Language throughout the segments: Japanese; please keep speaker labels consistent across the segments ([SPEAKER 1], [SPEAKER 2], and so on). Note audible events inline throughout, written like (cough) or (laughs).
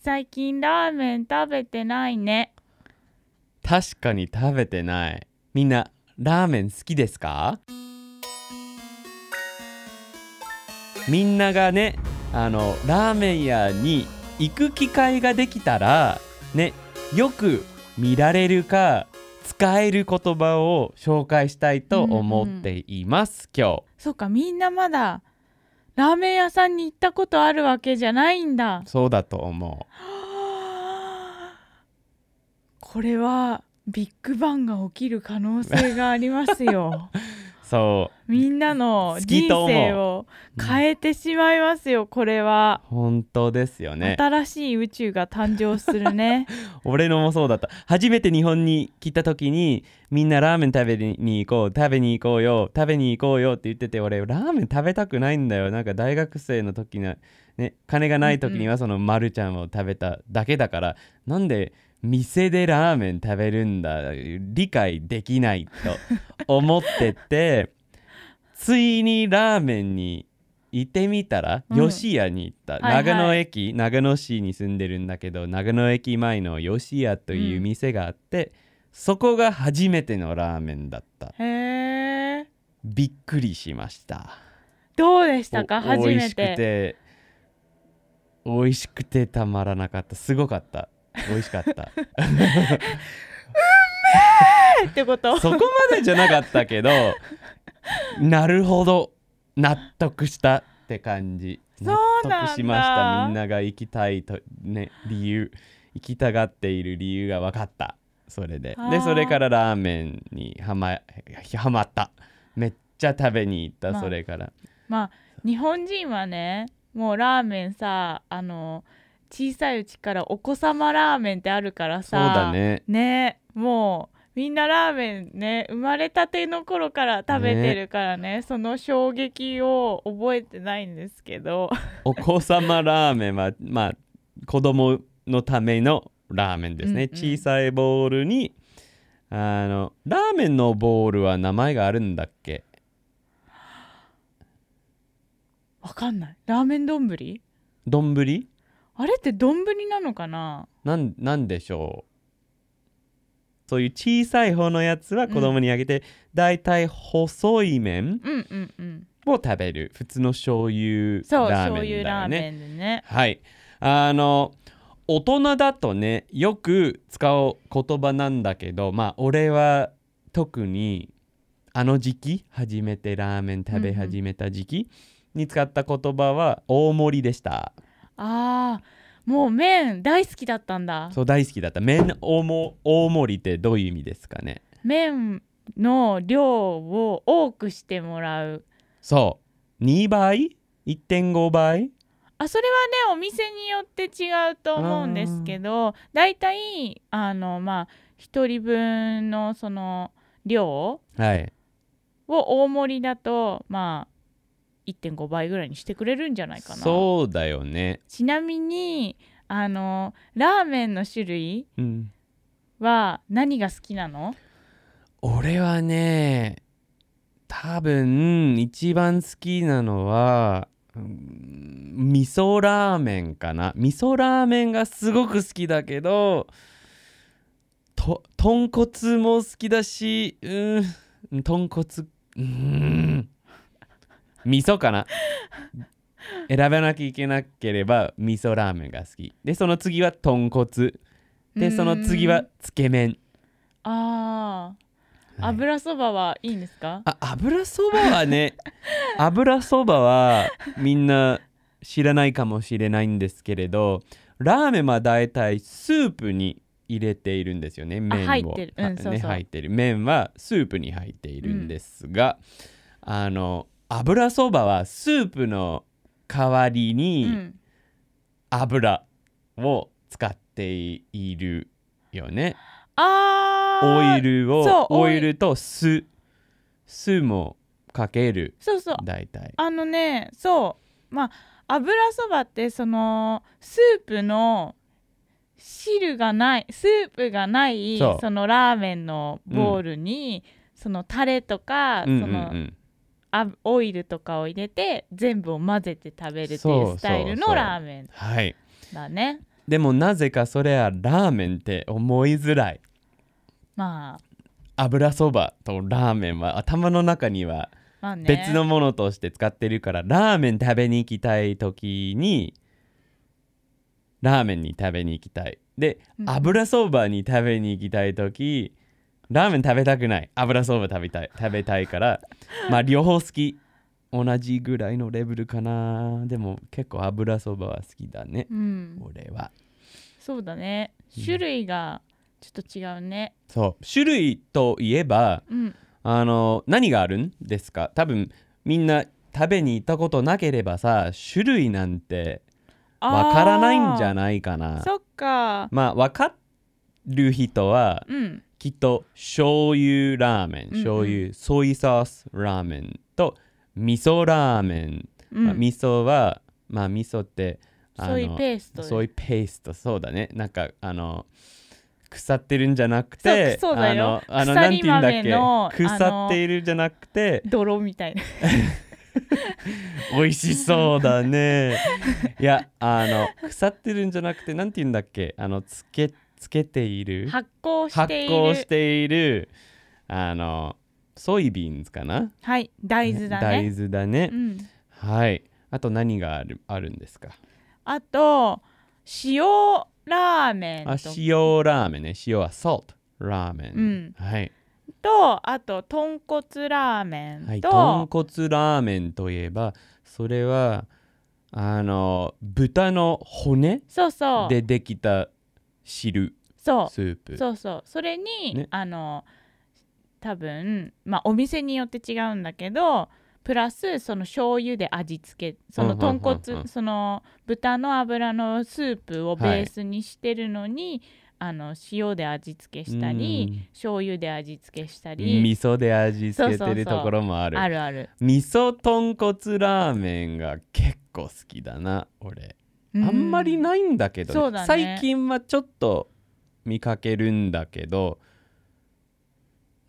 [SPEAKER 1] 最近ラーメン食べてないね
[SPEAKER 2] 確かに食べてないみんなラーメン好きですかみんながねあのラーメン屋に行く機会ができたらねよく見られるか使える言葉を紹介したいと思っています、今
[SPEAKER 1] そうかみんなまだラーメン屋さんに行ったことあるわけじゃないんだ (gasps)
[SPEAKER 2] 日そうだと思
[SPEAKER 1] はあこれはビッグバンが起きる可能性があります
[SPEAKER 2] (laughs)
[SPEAKER 1] よ
[SPEAKER 2] うそう
[SPEAKER 1] みんなの人生を変えてしまいますよこれは、
[SPEAKER 2] 本当ですよね
[SPEAKER 1] 新しい宇宙が誕生する
[SPEAKER 2] (laughs)
[SPEAKER 1] ね
[SPEAKER 2] 俺のもそうだった初めて日本に来た時にみんなラーメン食べに行こう食べに行こうよ食べに行こうよって言ってて俺ラーメン食べたくないんだよなんか大学生の時な、ね、金がない時にはそのまるちゃんを食べただけだから、なんで店でラーメン食べるんだ理解できないと思ってて
[SPEAKER 1] (laughs)
[SPEAKER 2] ついにラーメンに行ってみたら、
[SPEAKER 1] うん
[SPEAKER 2] 吉屋に行った
[SPEAKER 1] はいはい
[SPEAKER 2] 長野駅長野市に住んでるんだけど長野駅前の吉屋という店があって、そこが初めてのラーメンだった
[SPEAKER 1] へえ
[SPEAKER 2] びっくりしました
[SPEAKER 1] どうでしたか
[SPEAKER 2] お
[SPEAKER 1] 初め
[SPEAKER 2] 美味しく
[SPEAKER 1] て (laughs)
[SPEAKER 2] て美味しくてたまらなかったすごかった美味しかった
[SPEAKER 1] (laughs) ってこと
[SPEAKER 2] そこまでじゃなかっ
[SPEAKER 1] (laughs)
[SPEAKER 2] たけどなるほど納得したって感じ
[SPEAKER 1] そ
[SPEAKER 2] 納
[SPEAKER 1] うなんだ
[SPEAKER 2] 得しましたみんなが行きたいとね理由行きたがっている理由が分かったそれで
[SPEAKER 1] あー
[SPEAKER 2] でそれからラーメンにはまはまっためっちゃ食べに行った、
[SPEAKER 1] まあ
[SPEAKER 2] それから
[SPEAKER 1] まあ日本人はねもうラーメンさあの小さいうちからお子様ラーメンってあるから
[SPEAKER 2] そう
[SPEAKER 1] さ
[SPEAKER 2] だね
[SPEAKER 1] ねもうみんなラーメンね生まれたての頃から食べてるからねその衝撃を覚えてないんですけど (laughs)
[SPEAKER 2] お子様ラーメンはまあ子供のためのラーメンですね、
[SPEAKER 1] うんうん
[SPEAKER 2] 小さいボールにあのラーメンのボールは名前があるんだっけ
[SPEAKER 1] わかんないラーメン丼
[SPEAKER 2] 丼ぶり
[SPEAKER 1] あれって丼なのかな
[SPEAKER 2] なんなんでしょうそういう小さい方のやつは子供にあげて、だいたい細い麺
[SPEAKER 1] うんうんうん
[SPEAKER 2] を食べる普通の醤油
[SPEAKER 1] そう
[SPEAKER 2] ラー
[SPEAKER 1] 醤
[SPEAKER 2] メン
[SPEAKER 1] 油
[SPEAKER 2] だ
[SPEAKER 1] ラ
[SPEAKER 2] よ
[SPEAKER 1] ー
[SPEAKER 2] ね
[SPEAKER 1] メンでね
[SPEAKER 2] はい。あの大人だとねよく使う言葉なんだけどまあ俺は特にあの時期初めてラーメン食べ始めた時期に使った言葉は大盛りでした。
[SPEAKER 1] あーもう麺大好きだったんだ
[SPEAKER 2] そう大好きだった。麺大も大盛りってどういう意味ですかね
[SPEAKER 1] 麺の量を多くしてもらう
[SPEAKER 2] そう2倍 ?1.5 倍
[SPEAKER 1] あそれはねお店によって違うと思うんですけどだいたいあのまあ1人分のその量を
[SPEAKER 2] はい。
[SPEAKER 1] 大盛りだとまあ1.5倍ぐらいにしてくれるんじゃないかな
[SPEAKER 2] そうだよね。
[SPEAKER 1] ちなみにあのラーメンの種類
[SPEAKER 2] うん。
[SPEAKER 1] は何が好きなの
[SPEAKER 2] 俺はね多分一番好きなのはうん味噌ラーメンかな味噌ラーメンがすごく好きだけどと豚骨も好きだしうん豚骨うん味噌かな選べなきゃいけなければ味噌ラーメンが好きでその次は豚骨でその次
[SPEAKER 1] うー
[SPEAKER 2] は
[SPEAKER 1] ん
[SPEAKER 2] つけ麺
[SPEAKER 1] あー、
[SPEAKER 2] はい
[SPEAKER 1] 油そばはいいんですか
[SPEAKER 2] あ油そばはね (laughs) 油そばはみんな知らないかもしれないんですけれどラーメンはだいたいスープに入れているんですよね麺を
[SPEAKER 1] 入ってるうん
[SPEAKER 2] は
[SPEAKER 1] そうそう
[SPEAKER 2] ね、入ってる麺はスープに入っているんですが、あの油そばはスープの代わり
[SPEAKER 1] う
[SPEAKER 2] に
[SPEAKER 1] ん
[SPEAKER 2] 油を使っているよね、
[SPEAKER 1] あー
[SPEAKER 2] オイル
[SPEAKER 1] そう
[SPEAKER 2] を
[SPEAKER 1] オ
[SPEAKER 2] オ
[SPEAKER 1] イル
[SPEAKER 2] イルと酢酢もかける
[SPEAKER 1] そうそう
[SPEAKER 2] 大体
[SPEAKER 1] あのねそうまあ油そばってそのスープの汁がないスープがない
[SPEAKER 2] そ
[SPEAKER 1] そうのラーメンのボウルに、そのタレとか、
[SPEAKER 2] うんう
[SPEAKER 1] そ
[SPEAKER 2] んう
[SPEAKER 1] の
[SPEAKER 2] ん
[SPEAKER 1] あオイルとかを入れて全部を混ぜて食べるって
[SPEAKER 2] そう
[SPEAKER 1] い
[SPEAKER 2] そうう
[SPEAKER 1] スタイル
[SPEAKER 2] そ
[SPEAKER 1] の
[SPEAKER 2] う
[SPEAKER 1] ラーメン
[SPEAKER 2] はい
[SPEAKER 1] だね。
[SPEAKER 2] でもなぜかそれはラーメンって思いづらい
[SPEAKER 1] まあ
[SPEAKER 2] 油そばとラーメンは頭の中には
[SPEAKER 1] まあね
[SPEAKER 2] 別のものとして使ってるから、ラーメン食べに行きたい時にラーメンに食べに行きたいで、
[SPEAKER 1] うん
[SPEAKER 2] 油そばに食べに行きたい時ラーメン食べたくない油そば食べたい食べたいから
[SPEAKER 1] (laughs)
[SPEAKER 2] まあ両方好き同じぐらいのレベルかなでも結構油そばは好きだね、
[SPEAKER 1] うん
[SPEAKER 2] 俺は
[SPEAKER 1] そうだね
[SPEAKER 2] うん
[SPEAKER 1] 種類がちょっと違うね
[SPEAKER 2] そう種類といえば
[SPEAKER 1] うん
[SPEAKER 2] あの何があるんですか多分みんな食べに行ったことなければさ種類なんてわからないんじゃ
[SPEAKER 1] な
[SPEAKER 2] ないかな
[SPEAKER 1] そっか
[SPEAKER 2] まあ分かる人は
[SPEAKER 1] うん
[SPEAKER 2] きっと醤油ラーメン
[SPEAKER 1] うん
[SPEAKER 2] 醤油、ソイソースラーメンと味噌ラーメン、
[SPEAKER 1] うん、
[SPEAKER 2] まあ、味噌はまあ味噌ってあの
[SPEAKER 1] ソイペーストで
[SPEAKER 2] そういうペーストそうだねなんかあの腐ってるんじゃなくて
[SPEAKER 1] そうそうだよ
[SPEAKER 2] あの
[SPEAKER 1] 腐
[SPEAKER 2] あのなんて
[SPEAKER 1] り
[SPEAKER 2] 言うんだっ
[SPEAKER 1] 豆
[SPEAKER 2] け
[SPEAKER 1] のあ
[SPEAKER 2] 腐
[SPEAKER 1] の
[SPEAKER 2] っているじゃな
[SPEAKER 1] (laughs)
[SPEAKER 2] くて
[SPEAKER 1] 泥みたいな
[SPEAKER 2] 美味しそうだねいやあの腐ってるんじゃなくてなんて言うんだっけあのつけつけている
[SPEAKER 1] 発酵し
[SPEAKER 2] 発
[SPEAKER 1] ている
[SPEAKER 2] 酵しているあのソイビンズかな
[SPEAKER 1] はい大豆だね
[SPEAKER 2] 大豆だね、
[SPEAKER 1] うん、
[SPEAKER 2] はいあと何があるあるんですか
[SPEAKER 1] あと塩ラーメ
[SPEAKER 2] あ
[SPEAKER 1] ンと
[SPEAKER 2] 塩ラーメンね塩は salt ラーメン、
[SPEAKER 1] うん
[SPEAKER 2] はい
[SPEAKER 1] とあと豚骨ラーメ
[SPEAKER 2] はい、
[SPEAKER 1] ンと、
[SPEAKER 2] 豚骨ラーメンといえばそれはあの豚の骨
[SPEAKER 1] そうそう
[SPEAKER 2] でできた汁
[SPEAKER 1] そう
[SPEAKER 2] スープ
[SPEAKER 1] そうそうそれに、
[SPEAKER 2] ね
[SPEAKER 1] あの多分まあお店によって違うんだけどプラスその醤油で味付けその
[SPEAKER 2] うんうんうんう
[SPEAKER 1] 豚
[SPEAKER 2] ん
[SPEAKER 1] 骨、その豚の脂のスープをベースにしてるのに、あの塩で味付けしたり
[SPEAKER 2] うん
[SPEAKER 1] 醤油で味付けしたり
[SPEAKER 2] 味噌で味付け
[SPEAKER 1] そうそうそ
[SPEAKER 2] て
[SPEAKER 1] う
[SPEAKER 2] るところもある
[SPEAKER 1] あるある
[SPEAKER 2] 味噌豚骨ラーメンが結構好きだな俺、あんまり
[SPEAKER 1] い
[SPEAKER 2] ないんだけど、
[SPEAKER 1] そうだね
[SPEAKER 2] 最近はちょっと見かけるんだけど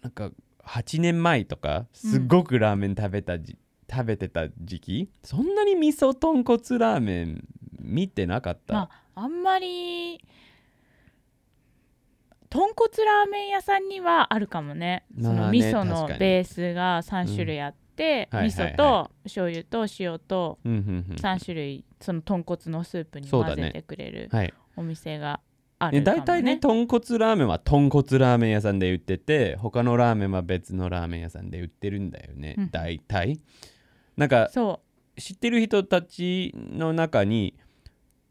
[SPEAKER 2] なんか8年前とかすごくラーメン食べたじ、食べてた時期そんなに味噌豚骨ラーメン見てなかった、
[SPEAKER 1] まあ、あんまり豚骨ラーメン屋さんにはあるかもね,、
[SPEAKER 2] まあね
[SPEAKER 1] その味噌の
[SPEAKER 2] 確かに
[SPEAKER 1] ベースが3種類あって、
[SPEAKER 2] うんはい
[SPEAKER 1] 味
[SPEAKER 2] はいはい
[SPEAKER 1] 噌と醤油と塩と
[SPEAKER 2] うんうんうん
[SPEAKER 1] 3種類その豚骨のスープに
[SPEAKER 2] そうだ
[SPEAKER 1] 混
[SPEAKER 2] ね
[SPEAKER 1] ぜてくれる
[SPEAKER 2] はい
[SPEAKER 1] お店があ
[SPEAKER 2] ね
[SPEAKER 1] るかもね
[SPEAKER 2] 大体ね豚骨ラーメンは豚骨ラーメン屋さんで売ってて他のラーメンは別のラーメン屋さんで売ってるんだよね、
[SPEAKER 1] うん
[SPEAKER 2] 大体なんか
[SPEAKER 1] そ
[SPEAKER 2] 知ってる人たちの中に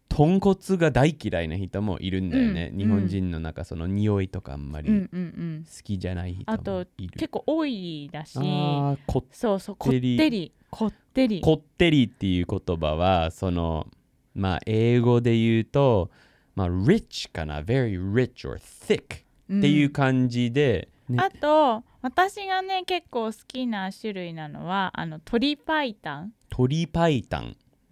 [SPEAKER 2] 豚骨が大嫌いな人もいるんだよね、
[SPEAKER 1] うん
[SPEAKER 2] 日本人の中その匂いとかあんま
[SPEAKER 1] う、うん
[SPEAKER 2] り
[SPEAKER 1] うんうん、
[SPEAKER 2] 好きじゃない人
[SPEAKER 1] あと
[SPEAKER 2] もいる、
[SPEAKER 1] 結構オイリーだし
[SPEAKER 2] あーこ
[SPEAKER 1] そうそうこってりこってり
[SPEAKER 2] こってりっていう言葉はそのまあ英語で言うとまあ rich かな very rich or thick
[SPEAKER 1] ん
[SPEAKER 2] っていう感じで、ね
[SPEAKER 1] あと私がね結構好きな種類なのはあの鶏白湯
[SPEAKER 2] 鶏白湯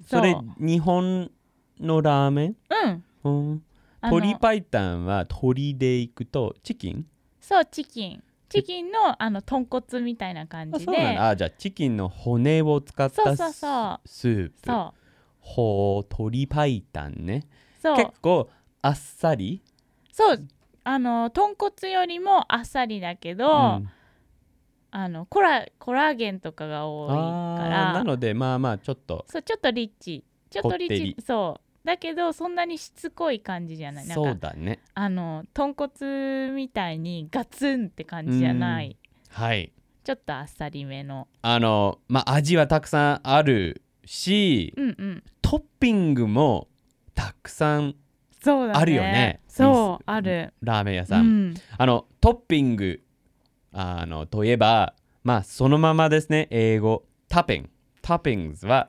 [SPEAKER 1] そ
[SPEAKER 2] そうれ日本のラーメン、
[SPEAKER 1] うん
[SPEAKER 2] うん、
[SPEAKER 1] あの
[SPEAKER 2] 鶏白湯は鶏でいくとチキン
[SPEAKER 1] そうチキンチキンのあの豚骨みたいな感
[SPEAKER 2] あ
[SPEAKER 1] じ
[SPEAKER 2] そうなん
[SPEAKER 1] で
[SPEAKER 2] だあじゃあチキンの骨を使ったス
[SPEAKER 1] そうそうそう
[SPEAKER 2] スープ
[SPEAKER 1] そう
[SPEAKER 2] ほう鶏白湯ね
[SPEAKER 1] そう
[SPEAKER 2] 結構あっさり
[SPEAKER 1] そうあの豚骨よりもあっさりだけど、
[SPEAKER 2] うん
[SPEAKER 1] あのコラコラーゲンとかが多いか
[SPEAKER 2] あーな
[SPEAKER 1] ら
[SPEAKER 2] のでまあまあちょっと
[SPEAKER 1] そうちょっとリッチちょっとリッ
[SPEAKER 2] こっ
[SPEAKER 1] チ
[SPEAKER 2] て
[SPEAKER 1] そうだけどそんなにしつこい感じじゃないなん
[SPEAKER 2] そう
[SPEAKER 1] か
[SPEAKER 2] だね
[SPEAKER 1] あの豚骨みたいにガツンって感じじゃない、
[SPEAKER 2] うはい
[SPEAKER 1] ちょっとあっさりめの
[SPEAKER 2] あのまあ味はたくさんあるし
[SPEAKER 1] うんうん
[SPEAKER 2] トッピングもたくさん
[SPEAKER 1] そうだね
[SPEAKER 2] あるよね
[SPEAKER 1] そうある
[SPEAKER 2] ラーメン屋
[SPEAKER 1] う
[SPEAKER 2] さん、
[SPEAKER 1] ん
[SPEAKER 2] あのトッピングあのといえばまあそのままですね英語タペンタペン
[SPEAKER 1] (laughs)
[SPEAKER 2] ズは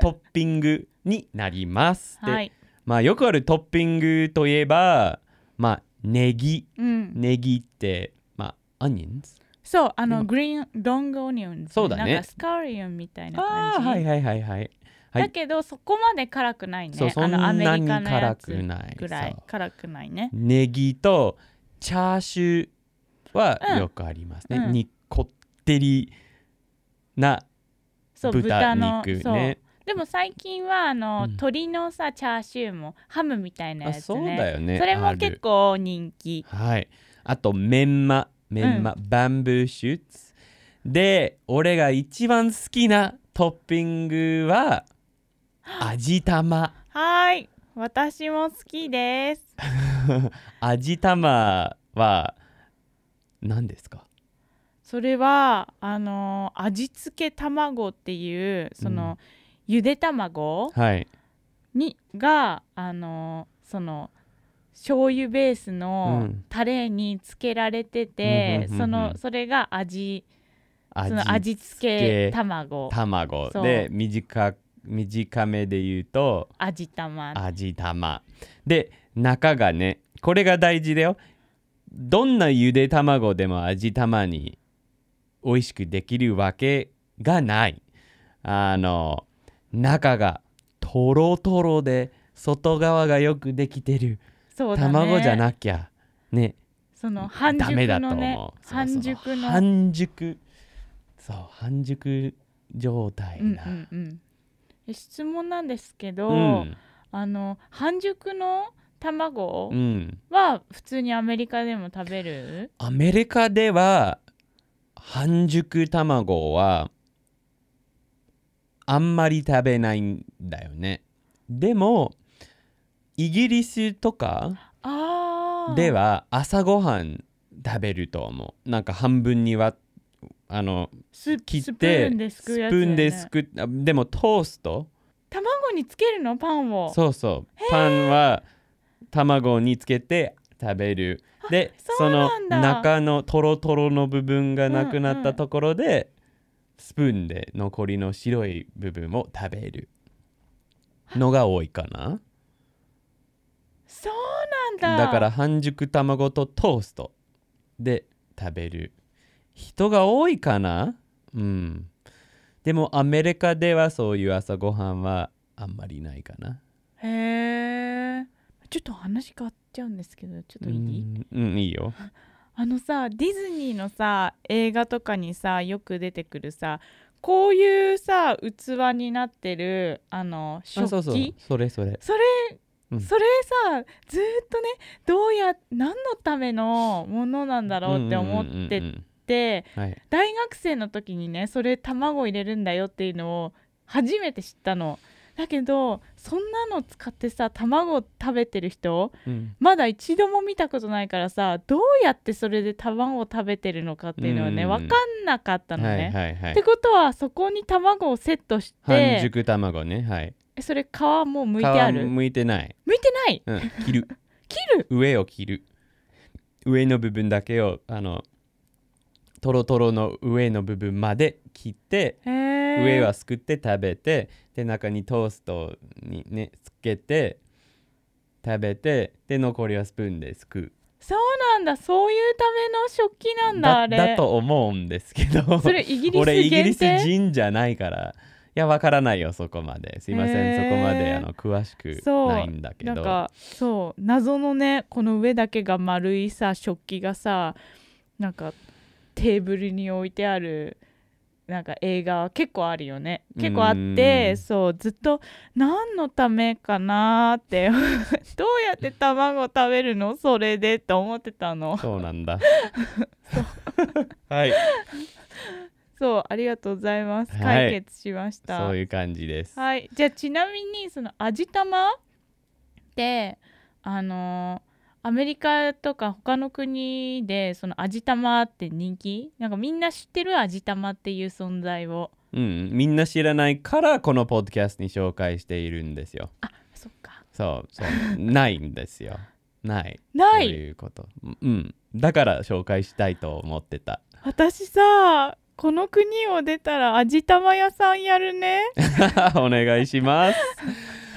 [SPEAKER 2] トッピングになります、で
[SPEAKER 1] はい
[SPEAKER 2] まあよくあるトッピングといえばまあネギ
[SPEAKER 1] うん
[SPEAKER 2] ネギってまあ onions
[SPEAKER 1] そうあの
[SPEAKER 2] 今
[SPEAKER 1] グリーンロングオニオン
[SPEAKER 2] そうだね
[SPEAKER 1] なんかスカリオンみたいな
[SPEAKER 2] あ
[SPEAKER 1] 感
[SPEAKER 2] あ
[SPEAKER 1] じ、
[SPEAKER 2] はいはいはいはいはい
[SPEAKER 1] だけどそこまで辛くないね
[SPEAKER 2] そうそん
[SPEAKER 1] あの
[SPEAKER 2] な
[SPEAKER 1] アメ
[SPEAKER 2] に
[SPEAKER 1] リカのや
[SPEAKER 2] 辛
[SPEAKER 1] つ
[SPEAKER 2] くない
[SPEAKER 1] ぐらい
[SPEAKER 2] そう
[SPEAKER 1] 辛くないね
[SPEAKER 2] ネギとチャーシューは
[SPEAKER 1] うん
[SPEAKER 2] よくありますね、
[SPEAKER 1] うん
[SPEAKER 2] にこってりな
[SPEAKER 1] そう
[SPEAKER 2] 豚
[SPEAKER 1] の
[SPEAKER 2] 肉
[SPEAKER 1] そう
[SPEAKER 2] ね
[SPEAKER 1] でも最近はあの、
[SPEAKER 2] うん
[SPEAKER 1] 鶏のさチャーシューもハムみたいなや
[SPEAKER 2] あ
[SPEAKER 1] つね
[SPEAKER 2] そうだよね
[SPEAKER 1] それ
[SPEAKER 2] あ
[SPEAKER 1] も
[SPEAKER 2] る
[SPEAKER 1] 結構人気
[SPEAKER 2] はい。あと、メンマ、メンマ、バンブーシューツ。で、俺が一番好きなトッピングは、味玉。
[SPEAKER 1] はーい私も好きです
[SPEAKER 2] 味玉は、何ですか
[SPEAKER 1] それはあの味付け卵っていうその、ゆで卵
[SPEAKER 2] はい。
[SPEAKER 1] にがあのその醤油ベース
[SPEAKER 2] う
[SPEAKER 1] の
[SPEAKER 2] ん
[SPEAKER 1] タレにつけられてて、
[SPEAKER 2] うんうんうんうん
[SPEAKER 1] そのそれが味そ
[SPEAKER 2] 味
[SPEAKER 1] の味付け卵
[SPEAKER 2] 卵
[SPEAKER 1] そう
[SPEAKER 2] で短短めで言うと
[SPEAKER 1] 味玉
[SPEAKER 2] 味玉で中がねこれが大事だよどんなゆで卵でも味玉に美味しくできるわけがないあの中がとろとろで外側がよくできてる、
[SPEAKER 1] そうだね
[SPEAKER 2] 卵じゃなきゃね
[SPEAKER 1] その半
[SPEAKER 2] ダ
[SPEAKER 1] 熟
[SPEAKER 2] メだと
[SPEAKER 1] のね
[SPEAKER 2] 思うそうそう
[SPEAKER 1] 半熟の
[SPEAKER 2] 半熟そう半熟状態
[SPEAKER 1] うん
[SPEAKER 2] な、
[SPEAKER 1] うんうんえ質問なんですけど、
[SPEAKER 2] うん
[SPEAKER 1] あの半熟の卵
[SPEAKER 2] うん、
[SPEAKER 1] は普通にアメリカでも食べる、
[SPEAKER 2] アメリカでは半熟卵はあんまり食べないんだよねでもイギリスとか
[SPEAKER 1] ああ
[SPEAKER 2] では朝ごはん食べると思うなんか半分にはあの
[SPEAKER 1] す
[SPEAKER 2] 切っ
[SPEAKER 1] ス
[SPEAKER 2] て
[SPEAKER 1] プーンです
[SPEAKER 2] ス
[SPEAKER 1] く
[SPEAKER 2] プ
[SPEAKER 1] うやつ、ね、
[SPEAKER 2] ーンですくっあでもトースト
[SPEAKER 1] 卵につけるのパンを
[SPEAKER 2] そうそうパンは卵につけて食べるで
[SPEAKER 1] そ
[SPEAKER 2] そうの
[SPEAKER 1] なんだ
[SPEAKER 2] 中のトロトロの部分がなくなっ
[SPEAKER 1] うんう
[SPEAKER 2] た
[SPEAKER 1] ん
[SPEAKER 2] ところで、スプーンで残りの白い部分を食べるのが多いかな
[SPEAKER 1] そうなんだ
[SPEAKER 2] だから半熟卵とトーストで食べる人が多いかなうんでもアメリカではそういう朝ごはんはあんまりないかな
[SPEAKER 1] へえちょっと話変わっちゃうんですけどちょっといい、
[SPEAKER 2] うんうんいいよ
[SPEAKER 1] あのさディズニーのさ映画とかにさよく出てくるさこういうさ器になってるあの食器
[SPEAKER 2] あそうそうそれそれ
[SPEAKER 1] それ、
[SPEAKER 2] うん
[SPEAKER 1] それさずーっとねどうや何のためのものなんだろうって思ってて、
[SPEAKER 2] うんうんはい、
[SPEAKER 1] 大学生の時にねそれ卵入れるんだよっていうのを初めて知ったの。だけどそんなの使ってさ卵食べてる人
[SPEAKER 2] うん
[SPEAKER 1] まだ一度も見たことないからさどうやってそれで卵を食べてるのかっていうのはね
[SPEAKER 2] うん
[SPEAKER 1] 分かんなかったのね。
[SPEAKER 2] はいはいは
[SPEAKER 1] っ
[SPEAKER 2] い
[SPEAKER 1] てことはそこに卵をセットし
[SPEAKER 2] 半
[SPEAKER 1] て
[SPEAKER 2] 熟卵ねはい
[SPEAKER 1] えそれ皮もう剥いてあ
[SPEAKER 2] 皮
[SPEAKER 1] る
[SPEAKER 2] 向いてない、
[SPEAKER 1] 剥いてない
[SPEAKER 2] うん、
[SPEAKER 1] (laughs)
[SPEAKER 2] 切る
[SPEAKER 1] 切る
[SPEAKER 2] 上を切る上の部分だけをあのトロトロの上の部分まで切って上
[SPEAKER 1] 上
[SPEAKER 2] はすくって食べてで中にトーストにねつけて食べてで残りはスプーンですくう
[SPEAKER 1] そうなんだそういうための食器なんだあれ
[SPEAKER 2] だと思うんですけど
[SPEAKER 1] それイギリス限定
[SPEAKER 2] 俺イギリス人じゃないからいやわからないよそこまですいませ
[SPEAKER 1] へ
[SPEAKER 2] ん
[SPEAKER 1] ー
[SPEAKER 2] そこまであの詳しく
[SPEAKER 1] そう
[SPEAKER 2] ないんだけ
[SPEAKER 1] なん
[SPEAKER 2] ど
[SPEAKER 1] かそう謎のねこの上だけが丸いさ食器がさなんかテーブルに置いてあるなんか映画は結構あるよね結構あっ
[SPEAKER 2] う
[SPEAKER 1] て
[SPEAKER 2] ん
[SPEAKER 1] そうずっと何のためかなーって (laughs) どうやって卵食べるのそれでって思ってたの
[SPEAKER 2] そうなんだ (laughs)
[SPEAKER 1] (laughs)
[SPEAKER 2] はい
[SPEAKER 1] そうありがとうございます
[SPEAKER 2] はい
[SPEAKER 1] 解決しました、
[SPEAKER 2] そういう感じです、
[SPEAKER 1] はい、じゃあちなみにその味玉ってあのーアメリカとか他の国でその味玉って人気なんかみんな知ってる味玉っていう存在を
[SPEAKER 2] うん、みんな知らないからこのポッドキャストに紹介しているんですよ
[SPEAKER 1] そっか
[SPEAKER 2] そうそうないんですよない
[SPEAKER 1] ない
[SPEAKER 2] ということうんだから紹介したいと思ってた
[SPEAKER 1] 私さこの国を出たら味玉屋さんやるね
[SPEAKER 2] (laughs) お願いします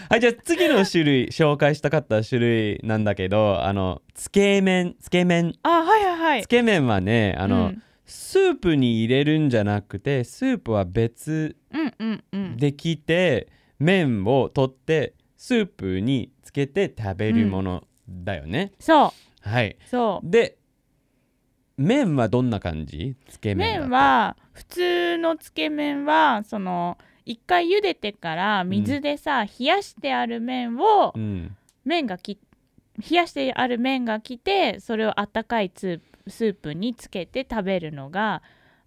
[SPEAKER 2] はいじゃあ次の種類紹介したかった種類なんだけどあのつけ麺つけ麺
[SPEAKER 1] あはいはいはい
[SPEAKER 2] つけ麺はねあの、
[SPEAKER 1] うん
[SPEAKER 2] スープに入れるんじゃなくてスープは別
[SPEAKER 1] うんうんうん
[SPEAKER 2] できて、麺を取ってスープにつけて食べるものだよね、
[SPEAKER 1] そう
[SPEAKER 2] はい
[SPEAKER 1] そう
[SPEAKER 2] で麺はどんな感じつけ麺だと
[SPEAKER 1] 麺は普通のつけ麺はその一回茹でてから水でさ、冷やしてある麺を
[SPEAKER 2] うん
[SPEAKER 1] 麺がき冷やしてある麺が来てそれをあったかいスープスープにつけて食べるのが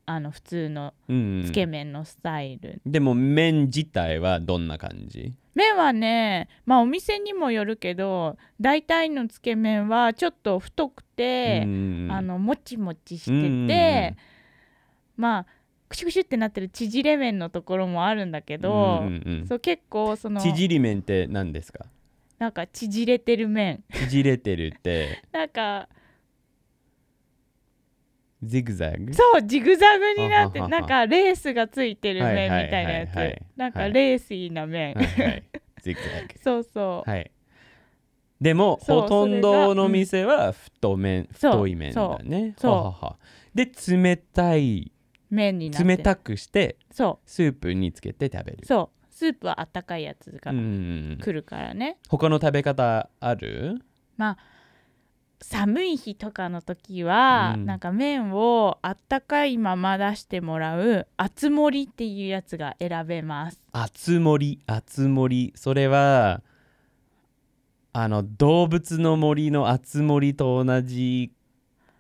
[SPEAKER 1] あの普通の
[SPEAKER 2] うん
[SPEAKER 1] つけ麺のスタイル、
[SPEAKER 2] でも麺自体はどんな感じ
[SPEAKER 1] 麺はねまあお店にもよるけど大体のつけ麺はちょっと太くて、
[SPEAKER 2] うん
[SPEAKER 1] あのもちもちしてて、
[SPEAKER 2] うんうんうん
[SPEAKER 1] まあクシュクシュってなってる縮れ麺のところもあるんだけど、
[SPEAKER 2] うんうんうん
[SPEAKER 1] そう結構その
[SPEAKER 2] 縮り麺って何で
[SPEAKER 1] (laughs)
[SPEAKER 2] すか
[SPEAKER 1] なんか縮れてる麺 (laughs)
[SPEAKER 2] 縮れてるって
[SPEAKER 1] なんか
[SPEAKER 2] ジグザグ
[SPEAKER 1] そうジグザグになって
[SPEAKER 2] あははは
[SPEAKER 1] なんかレースがついてる麺
[SPEAKER 2] はいはい
[SPEAKER 1] みたいなやつ、
[SPEAKER 2] はいはい
[SPEAKER 1] なんかレーシーな麺、
[SPEAKER 2] はいはいジグザグ
[SPEAKER 1] そうそう、
[SPEAKER 2] はいでも
[SPEAKER 1] そう
[SPEAKER 2] ほとんどの店は太麺、
[SPEAKER 1] そう
[SPEAKER 2] 太い麺だね
[SPEAKER 1] そう
[SPEAKER 2] はははで冷たい
[SPEAKER 1] 麺になってる
[SPEAKER 2] 冷たくして
[SPEAKER 1] そ
[SPEAKER 2] スープにつけて食べ
[SPEAKER 1] う
[SPEAKER 2] る
[SPEAKER 1] そうスープはあったかいやつが
[SPEAKER 2] うん
[SPEAKER 1] 来るからね、
[SPEAKER 2] 他の食べ方ある
[SPEAKER 1] まあ寒い日とかの時は、
[SPEAKER 2] うん
[SPEAKER 1] なんか麺をあったかいまま出してもらう厚盛りっていうやつが選べます
[SPEAKER 2] 熱盛熱盛それはあの動物の森の熱盛と同じ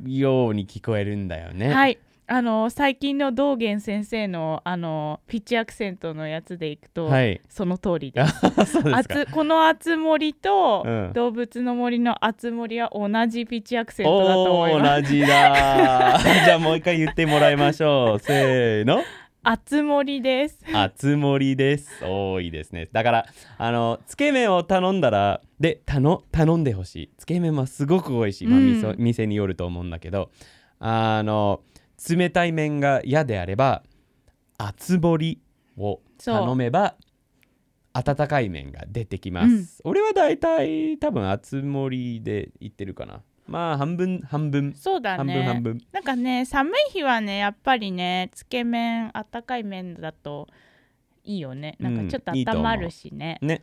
[SPEAKER 2] ように聞こえるんだよね
[SPEAKER 1] はいあの最近の道元先生のあのピッチアクセントのやつでいくと、 (laughs)
[SPEAKER 2] はい
[SPEAKER 1] その通りです
[SPEAKER 2] あそうですか
[SPEAKER 1] 厚この厚森と、
[SPEAKER 2] うん
[SPEAKER 1] 動物の森の厚森は同じピッチアクセントだと
[SPEAKER 2] お
[SPEAKER 1] 思い
[SPEAKER 2] お
[SPEAKER 1] ます
[SPEAKER 2] ー同じだ (laughs) じゃあもう一回言ってもらいましょうせーの
[SPEAKER 1] 厚森です
[SPEAKER 2] 熱盛です多いいですねだからあのつけ麺を頼んだらで頼頼んでほしいつけ麺はすごく美味しい、まあ
[SPEAKER 1] うん
[SPEAKER 2] みそ店によると思うんだけどあの冷たい麺が嫌であれば熱盛を頼めば温かい麺が出てきます、俺はだいたい多分熱盛で言ってるかなまあ半分半分、
[SPEAKER 1] そうだ
[SPEAKER 2] 半
[SPEAKER 1] ね
[SPEAKER 2] 分半分
[SPEAKER 1] なんかね寒い日はねやっぱりねつけ麺あったかい麺だといいよねなんかちょっと
[SPEAKER 2] うんいいと
[SPEAKER 1] 温
[SPEAKER 2] 思う
[SPEAKER 1] まるしね、
[SPEAKER 2] ね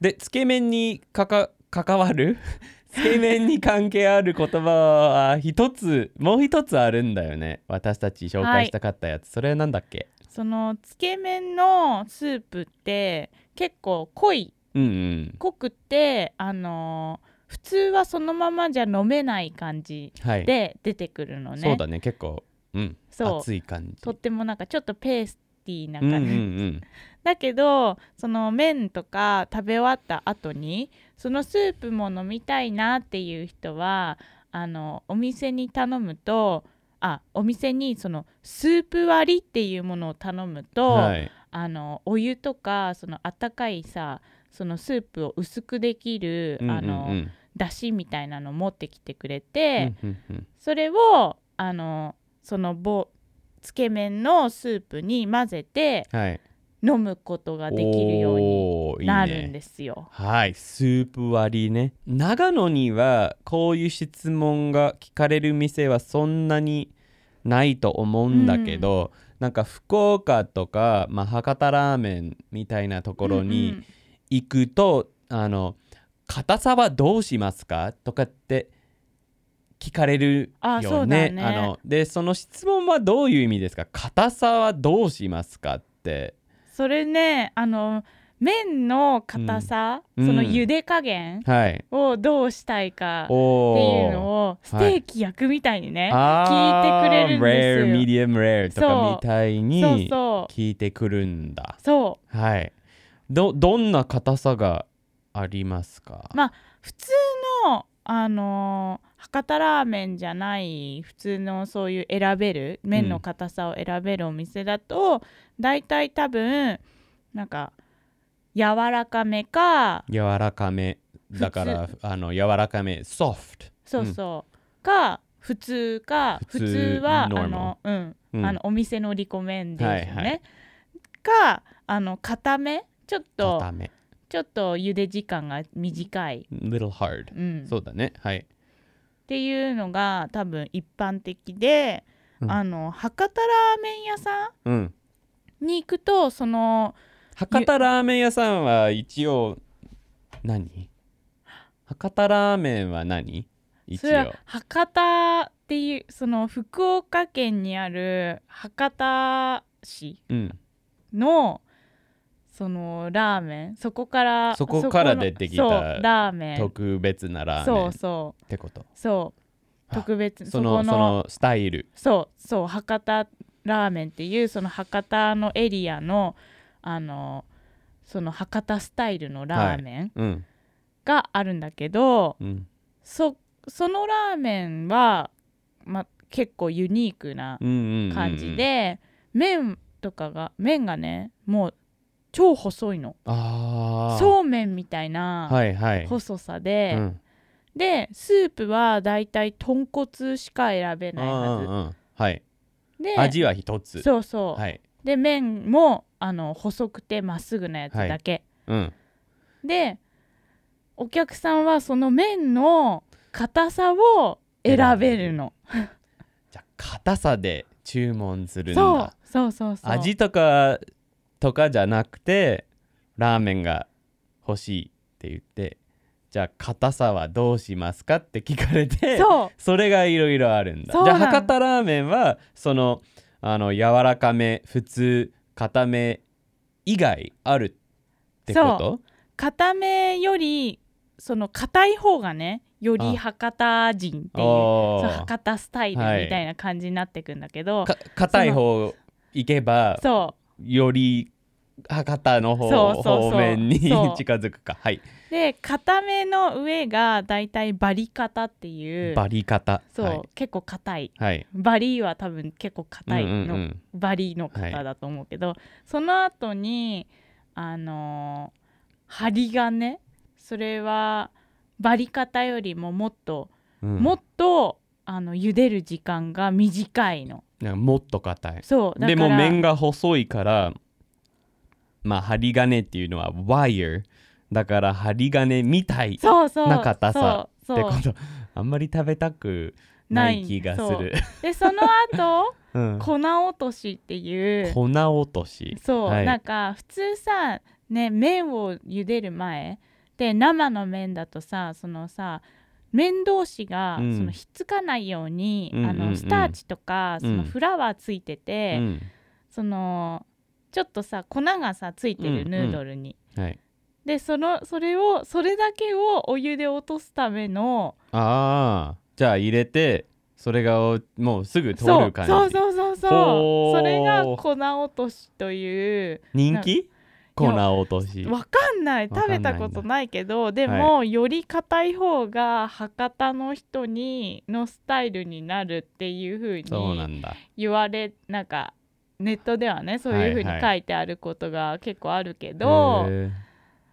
[SPEAKER 2] でつけ麺にかか関わる (laughs) つけ麺に関係ある言葉は一つもう一つあるんだよね私たち紹介したかったやつ、それはなんだっけ
[SPEAKER 1] そのつけ麺のスープって結構濃い
[SPEAKER 2] うんうん
[SPEAKER 1] 濃くてあのー普通はそのままじゃ飲めない感じ
[SPEAKER 2] はい、
[SPEAKER 1] で出てくるのね
[SPEAKER 2] そうだね結構うん
[SPEAKER 1] そう
[SPEAKER 2] 熱い感じ
[SPEAKER 1] とってもなんかちょっとペースティーな
[SPEAKER 2] うんうんう
[SPEAKER 1] 感じ、
[SPEAKER 2] ん
[SPEAKER 1] だけどその麺とか食べ終わった後にそのスープも飲みたいなっていう人はあのお店に頼むとあお店にそのスープ割りっていうものを頼むと、
[SPEAKER 2] はい
[SPEAKER 1] あのお湯とかそのあったかいさそのスープを薄くできる、
[SPEAKER 2] うんうんうん
[SPEAKER 1] あのだしみたいなの持ってきてくれて、
[SPEAKER 2] うんうんうん
[SPEAKER 1] それをあのその棒つけ麺のスープに混ぜて
[SPEAKER 2] はい
[SPEAKER 1] 飲むことができるように
[SPEAKER 2] おーいいね
[SPEAKER 1] なるんですよ。
[SPEAKER 2] はい、スープ割りね。長野にはこういう質問が聞かれる店はそんなにないと思うんだけど、なんか福岡とか、まあ、博多ラーメンみたいなところ
[SPEAKER 1] うんう
[SPEAKER 2] に
[SPEAKER 1] ん
[SPEAKER 2] 行くと、あの硬さはどうしますかとかって聞かれる
[SPEAKER 1] あそ
[SPEAKER 2] よ
[SPEAKER 1] うだ
[SPEAKER 2] ね。
[SPEAKER 1] ね
[SPEAKER 2] のでその質問はどういう意味ですか硬さはどうしますかって。
[SPEAKER 1] それねあの麺の硬さ、
[SPEAKER 2] うん
[SPEAKER 1] その茹で加減
[SPEAKER 2] はい、
[SPEAKER 1] をどうしたいかってい
[SPEAKER 2] お
[SPEAKER 1] う
[SPEAKER 2] ー
[SPEAKER 1] のをステーキ焼くみたいにね、
[SPEAKER 2] あ
[SPEAKER 1] 聞いてくれるんですよ
[SPEAKER 2] rare, medium rare とか
[SPEAKER 1] そう
[SPEAKER 2] みたい
[SPEAKER 1] そう
[SPEAKER 2] に
[SPEAKER 1] そ
[SPEAKER 2] 聞いてくるんだ
[SPEAKER 1] う。そう
[SPEAKER 2] はい。どどんな硬さがありますか。
[SPEAKER 1] ま普通のあのー博多ラーメンじゃない普通のそういう選べる麺の硬さを選べるお店だと、だいたい多分なんか柔らかめか
[SPEAKER 2] 柔らかめだからあの柔らかめ soft。
[SPEAKER 1] そうそう、か普通か
[SPEAKER 2] 普
[SPEAKER 1] 普
[SPEAKER 2] 通
[SPEAKER 1] 通はあ
[SPEAKER 2] normal
[SPEAKER 1] の,、うん
[SPEAKER 2] うん
[SPEAKER 1] あのお店のリコメンデーションね、
[SPEAKER 2] はいは
[SPEAKER 1] かあの固めちょっと
[SPEAKER 2] 硬め
[SPEAKER 1] ちょっと茹で時間が短い、
[SPEAKER 2] little hard、
[SPEAKER 1] うん、
[SPEAKER 2] そうだね。はい。
[SPEAKER 1] っていうのが多分一般的で、
[SPEAKER 2] うん
[SPEAKER 1] あの博多ラーメン屋さ
[SPEAKER 2] うん。
[SPEAKER 1] んに行くとその
[SPEAKER 2] 博多ラーメン屋さんは一応何？博多ラーメンは何？一
[SPEAKER 1] それ
[SPEAKER 2] 応
[SPEAKER 1] は。博多っていうその福岡県にある博多市
[SPEAKER 2] うん。
[SPEAKER 1] のそのラーメンそこから
[SPEAKER 2] そこから
[SPEAKER 1] の
[SPEAKER 2] 出てきた
[SPEAKER 1] そうラーメン
[SPEAKER 2] 特別なラーメ
[SPEAKER 1] そ
[SPEAKER 2] ンっ
[SPEAKER 1] うそう
[SPEAKER 2] てこと
[SPEAKER 1] そう
[SPEAKER 2] あ
[SPEAKER 1] 特別
[SPEAKER 2] そ
[SPEAKER 1] そこ
[SPEAKER 2] のそのスタイル
[SPEAKER 1] そうそう博多ラーメンっていうその博多のエリアのあのその博多スタイルのラーメン
[SPEAKER 2] うん
[SPEAKER 1] があるんだけど、
[SPEAKER 2] うん
[SPEAKER 1] そそのラーメンは、ま、結構ユニークな
[SPEAKER 2] うんうんうんうん
[SPEAKER 1] 感じで、麺とかが麺がねもう超細いの
[SPEAKER 2] ああ
[SPEAKER 1] そうめんみたいな
[SPEAKER 2] はいはい
[SPEAKER 1] 細さで、
[SPEAKER 2] うん
[SPEAKER 1] でスープはだいたい豚骨しか選べない
[SPEAKER 2] うんうん
[SPEAKER 1] は
[SPEAKER 2] うんはい
[SPEAKER 1] ずで
[SPEAKER 2] 味は一つ
[SPEAKER 1] そうそう、
[SPEAKER 2] はい
[SPEAKER 1] で麺もあの細くてまっすぐなやつだけ、
[SPEAKER 2] うん
[SPEAKER 1] でお客さんはその麺の硬さを選べるの
[SPEAKER 2] じゃあ硬さで注文するん
[SPEAKER 1] そう
[SPEAKER 2] だ
[SPEAKER 1] そうそうそう
[SPEAKER 2] 味とかとかじゃなくてラーメンが欲しいって言ってじゃあ硬さはどうしますかって聞かれて
[SPEAKER 1] そう
[SPEAKER 2] それがいろいろあるんだ。
[SPEAKER 1] そう
[SPEAKER 2] じゃ
[SPEAKER 1] な
[SPEAKER 2] あ
[SPEAKER 1] ん
[SPEAKER 2] 博多ラーメンはそのあの柔らかめ普通固め以外あるってこと
[SPEAKER 1] 固めよりその硬い方がねより博多人っていう
[SPEAKER 2] お
[SPEAKER 1] そう
[SPEAKER 2] ー
[SPEAKER 1] 博多スタイルみたいな感じになってくんだけど、
[SPEAKER 2] か硬い方行けば
[SPEAKER 1] そ
[SPEAKER 2] より博多の方
[SPEAKER 1] そうそうそう
[SPEAKER 2] 方面に
[SPEAKER 1] そう
[SPEAKER 2] (laughs) 近づくかはいう
[SPEAKER 1] で固めの上がだいたいバリ方っていう
[SPEAKER 2] バリ方
[SPEAKER 1] そう、
[SPEAKER 2] はい
[SPEAKER 1] 結構硬い
[SPEAKER 2] はい
[SPEAKER 1] バリは多分結構硬いの、
[SPEAKER 2] うんうんうん
[SPEAKER 1] バリの方だと思うけど、その後にあのー針金それはバリ方よりももっと
[SPEAKER 2] うん
[SPEAKER 1] もっとあの茹でる時間が短いの。
[SPEAKER 2] なんかもっと硬い
[SPEAKER 1] そうだから
[SPEAKER 2] でも麺が細いからまあ針金っていうのはワイヤーだから針金みたい
[SPEAKER 1] そうそう
[SPEAKER 2] な硬さ
[SPEAKER 1] そう
[SPEAKER 2] って
[SPEAKER 1] そう
[SPEAKER 2] ことあんまり食べたくない気がす
[SPEAKER 1] ない
[SPEAKER 2] る、
[SPEAKER 1] でその後
[SPEAKER 2] (laughs) うん、
[SPEAKER 1] 粉落としっていう
[SPEAKER 2] 粉落とし
[SPEAKER 1] そう、
[SPEAKER 2] はい
[SPEAKER 1] なんか普通さね麺を茹でる前で生の麺だとさそのさ麺同士が、
[SPEAKER 2] うん
[SPEAKER 1] そのひっつかないように、
[SPEAKER 2] うんうんうん
[SPEAKER 1] あのスターチとか、
[SPEAKER 2] うん
[SPEAKER 1] そのフラワーついてて、
[SPEAKER 2] うん
[SPEAKER 1] そのちょっとさ粉がさついて
[SPEAKER 2] う
[SPEAKER 1] る
[SPEAKER 2] ん
[SPEAKER 1] ヌードルに、
[SPEAKER 2] はい、
[SPEAKER 1] でそのそれをそれだけをお湯で落とすための
[SPEAKER 2] ああじゃあ入れてそれがおもうすぐ通
[SPEAKER 1] そう
[SPEAKER 2] る感じ
[SPEAKER 1] そうそうそうそ
[SPEAKER 2] ほ
[SPEAKER 1] う
[SPEAKER 2] ー
[SPEAKER 1] それが粉落としという
[SPEAKER 2] 人気粉落とし
[SPEAKER 1] わかんない
[SPEAKER 2] わか
[SPEAKER 1] 食
[SPEAKER 2] んない
[SPEAKER 1] べ
[SPEAKER 2] んだ
[SPEAKER 1] たことないけどでも、より硬い方が博多の人にのスタイルになるっていう風
[SPEAKER 2] そうな
[SPEAKER 1] に
[SPEAKER 2] んだ
[SPEAKER 1] 言われなんかネットではねそういう風
[SPEAKER 2] はいは
[SPEAKER 1] に
[SPEAKER 2] い
[SPEAKER 1] 書いてあることが結構あるけど、
[SPEAKER 2] へー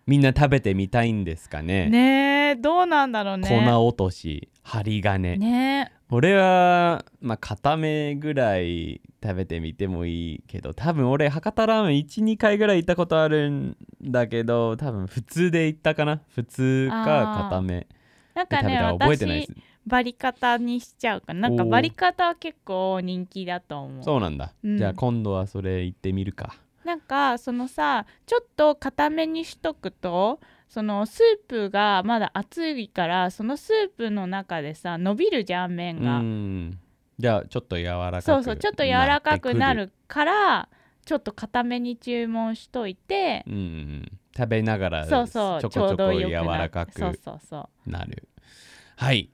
[SPEAKER 2] みんな食べてみたいんですかね
[SPEAKER 1] ねえどうなんだろうね。
[SPEAKER 2] 粉落とし針金
[SPEAKER 1] ね
[SPEAKER 2] 俺はまあ固めぐらい食べてみてもいいけど多分俺博多ラーメン12回ぐらい行ったことあるんだけど多分普通で行ったかな普通か
[SPEAKER 1] あー
[SPEAKER 2] 固め
[SPEAKER 1] なんか
[SPEAKER 2] で食べ
[SPEAKER 1] ね
[SPEAKER 2] たら覚えてない
[SPEAKER 1] 私
[SPEAKER 2] です
[SPEAKER 1] バリ方にしちゃうかななんか
[SPEAKER 2] おー
[SPEAKER 1] バリ方は結構人気だと思う。
[SPEAKER 2] そうなんだ、
[SPEAKER 1] うん
[SPEAKER 2] じゃあ今度はそれ行ってみるか
[SPEAKER 1] なんかそのさちょっと固めにしとくとそのスープがまだ熱いからそのスープの中でさ伸びるじゃん
[SPEAKER 2] う
[SPEAKER 1] 麺が、
[SPEAKER 2] んじゃあちょっと柔らかく
[SPEAKER 1] そうそうちょっと柔らかくな
[SPEAKER 2] って
[SPEAKER 1] るからちょっと固めに注文しといて
[SPEAKER 2] く、るうんうん食べながら
[SPEAKER 1] そうそう
[SPEAKER 2] ちょ
[SPEAKER 1] ち
[SPEAKER 2] こ
[SPEAKER 1] ょ
[SPEAKER 2] ち
[SPEAKER 1] う
[SPEAKER 2] ょこ
[SPEAKER 1] どよ
[SPEAKER 2] 柔
[SPEAKER 1] くな
[SPEAKER 2] ら
[SPEAKER 1] る
[SPEAKER 2] かく
[SPEAKER 1] そうそうそう
[SPEAKER 2] なるはい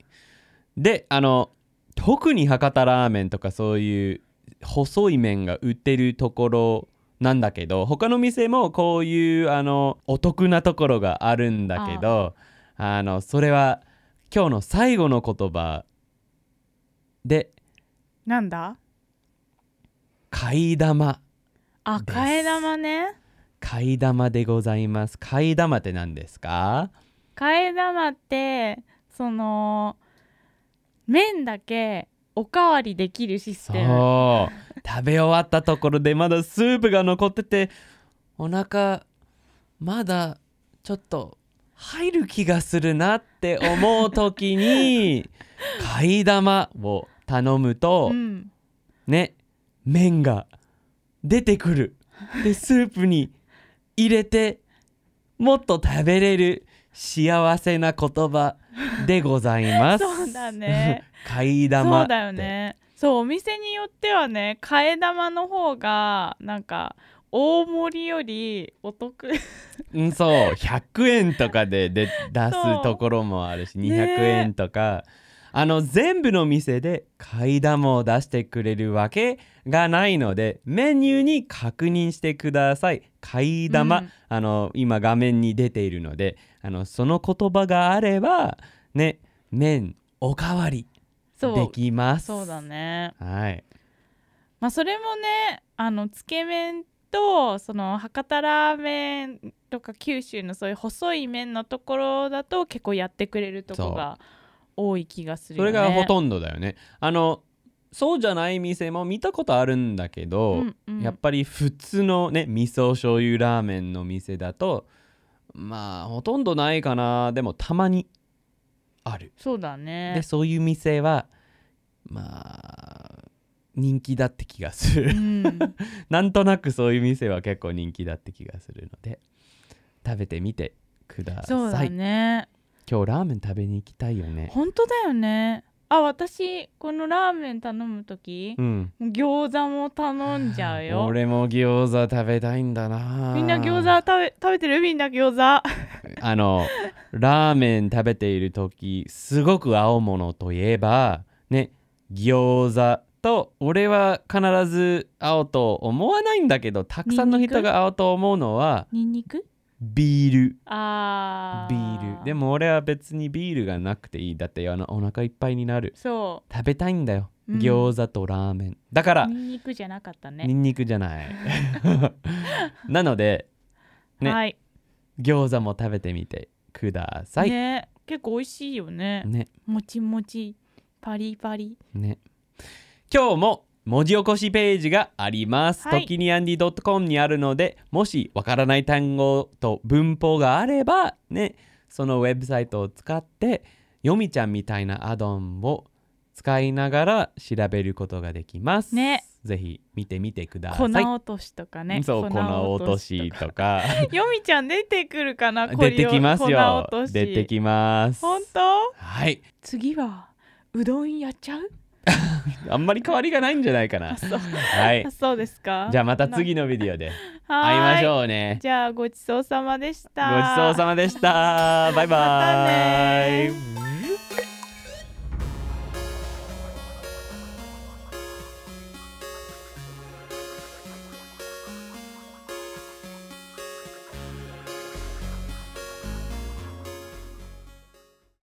[SPEAKER 2] であの特に博多ラーメンとかそういう細い麺が売ってるところなんだけど他の店もこういうあのお得なところがあるんだけどあのそれは今日の最後の言葉で
[SPEAKER 1] なんだ
[SPEAKER 2] 替え玉
[SPEAKER 1] あ
[SPEAKER 2] です
[SPEAKER 1] 替え玉ね
[SPEAKER 2] 替え玉でございます替え玉って何ですか
[SPEAKER 1] 替え玉ってその麺だけおかわりできるシステム
[SPEAKER 2] そう食べ終わったところでまだスープが残っててお腹まだちょっと入る気がするなって思う
[SPEAKER 1] (laughs)
[SPEAKER 2] 時に替え玉を頼むと、
[SPEAKER 1] うん
[SPEAKER 2] ね麺が出てくるでスープに入れてもっと食べれる幸せな言葉でございま
[SPEAKER 1] (laughs)
[SPEAKER 2] す。
[SPEAKER 1] そうだ
[SPEAKER 2] (laughs)
[SPEAKER 1] ね
[SPEAKER 2] 替え
[SPEAKER 1] そ
[SPEAKER 2] 玉っ
[SPEAKER 1] う
[SPEAKER 2] て
[SPEAKER 1] だよねそうお店によってはね替え玉の方がなんか大盛りよりお得
[SPEAKER 2] うん、そう100円とかでで出す
[SPEAKER 1] そう
[SPEAKER 2] ところもあるし200
[SPEAKER 1] ね
[SPEAKER 2] 円とか、あの全部の店で替え玉を出してくれるわけがないのでメニューに確認してください替え玉、
[SPEAKER 1] うん
[SPEAKER 2] あの今画面に出ているのであのその言葉があればね麺おかわり
[SPEAKER 1] そ
[SPEAKER 2] で
[SPEAKER 1] う
[SPEAKER 2] きます
[SPEAKER 1] そうだね
[SPEAKER 2] はい
[SPEAKER 1] まあそれもねあのつけ麺とその博多ラーメンとか九州のそういう細い麺のところだと結構やってくれるとこが多い気がする
[SPEAKER 2] そ
[SPEAKER 1] よ、ね、
[SPEAKER 2] れがほ
[SPEAKER 1] ん
[SPEAKER 2] とんどだよねあのそうじゃない店も見たことあるんだけど、
[SPEAKER 1] うんうん、
[SPEAKER 2] やっぱり普通のね味噌醤油ラーメンの店だとまあほとんどないかなでもたまにある
[SPEAKER 1] そうだね
[SPEAKER 2] でそういう店はまあ人気だって気がす
[SPEAKER 1] う
[SPEAKER 2] る
[SPEAKER 1] ん、
[SPEAKER 2] (laughs) なんとなくそういう店は結構人気だって気がするので食べてみてください
[SPEAKER 1] そうだね
[SPEAKER 2] 今日ラーメン食べに行きたいよね
[SPEAKER 1] 本当だよねあ私このラーメン頼む時、
[SPEAKER 2] うん
[SPEAKER 1] 餃子も頼んじゃうよ
[SPEAKER 2] 俺も餃子食べたいんだな
[SPEAKER 1] みんな餃子食べ食べてるみんな餃子
[SPEAKER 2] あのラーメン食べている時すごく青物といえばね餃子と俺は必ず青と思わないんだけどたくさんの人が青と思うのは
[SPEAKER 1] ニンニク
[SPEAKER 2] ビール
[SPEAKER 1] あ
[SPEAKER 2] ビールで
[SPEAKER 1] も
[SPEAKER 2] も俺は別にビールがなくていいだってあのお腹いっぱいになる
[SPEAKER 1] そ
[SPEAKER 2] 食べたいんだよ、
[SPEAKER 1] うん
[SPEAKER 2] 餃子とラーメンだから
[SPEAKER 1] うニンニクじゃなかった
[SPEAKER 2] ニ
[SPEAKER 1] ね
[SPEAKER 2] ンニクじ
[SPEAKER 1] (laughs)
[SPEAKER 2] ゃないなのでね
[SPEAKER 1] はい
[SPEAKER 2] 餃子も食べてみてください
[SPEAKER 1] ね結構美味しいよね
[SPEAKER 2] ね
[SPEAKER 1] もちもちパリパリ
[SPEAKER 2] ね、今日も文字起こしページがあります。
[SPEAKER 1] はい
[SPEAKER 2] 時にアンディ .com にあるのでもしわからない単語と文法があればねそのウェブサイトを使ってよみちゃんみたいなアドンを使いながら調べることができます。
[SPEAKER 1] ね、
[SPEAKER 2] ぜひ見てみてくださ
[SPEAKER 1] 粉
[SPEAKER 2] い。
[SPEAKER 1] 落としとかね
[SPEAKER 2] そう粉落としとか
[SPEAKER 1] よみちゃん出てくるかな
[SPEAKER 2] 出てきますよ
[SPEAKER 1] 粉落と。し
[SPEAKER 2] 出てきます。
[SPEAKER 1] 本当
[SPEAKER 2] はい、
[SPEAKER 1] 次はうどんやっちゃう
[SPEAKER 2] あんまり変わりがないんじゃないかな
[SPEAKER 1] あ。そう
[SPEAKER 2] はい
[SPEAKER 1] あ、そうですか
[SPEAKER 2] じゃあまた次のビデオで
[SPEAKER 1] は
[SPEAKER 2] 会い
[SPEAKER 1] ー
[SPEAKER 2] ましょうね。
[SPEAKER 1] じゃあごちそうさまでした
[SPEAKER 2] ごちそうさまでした。バイバイ。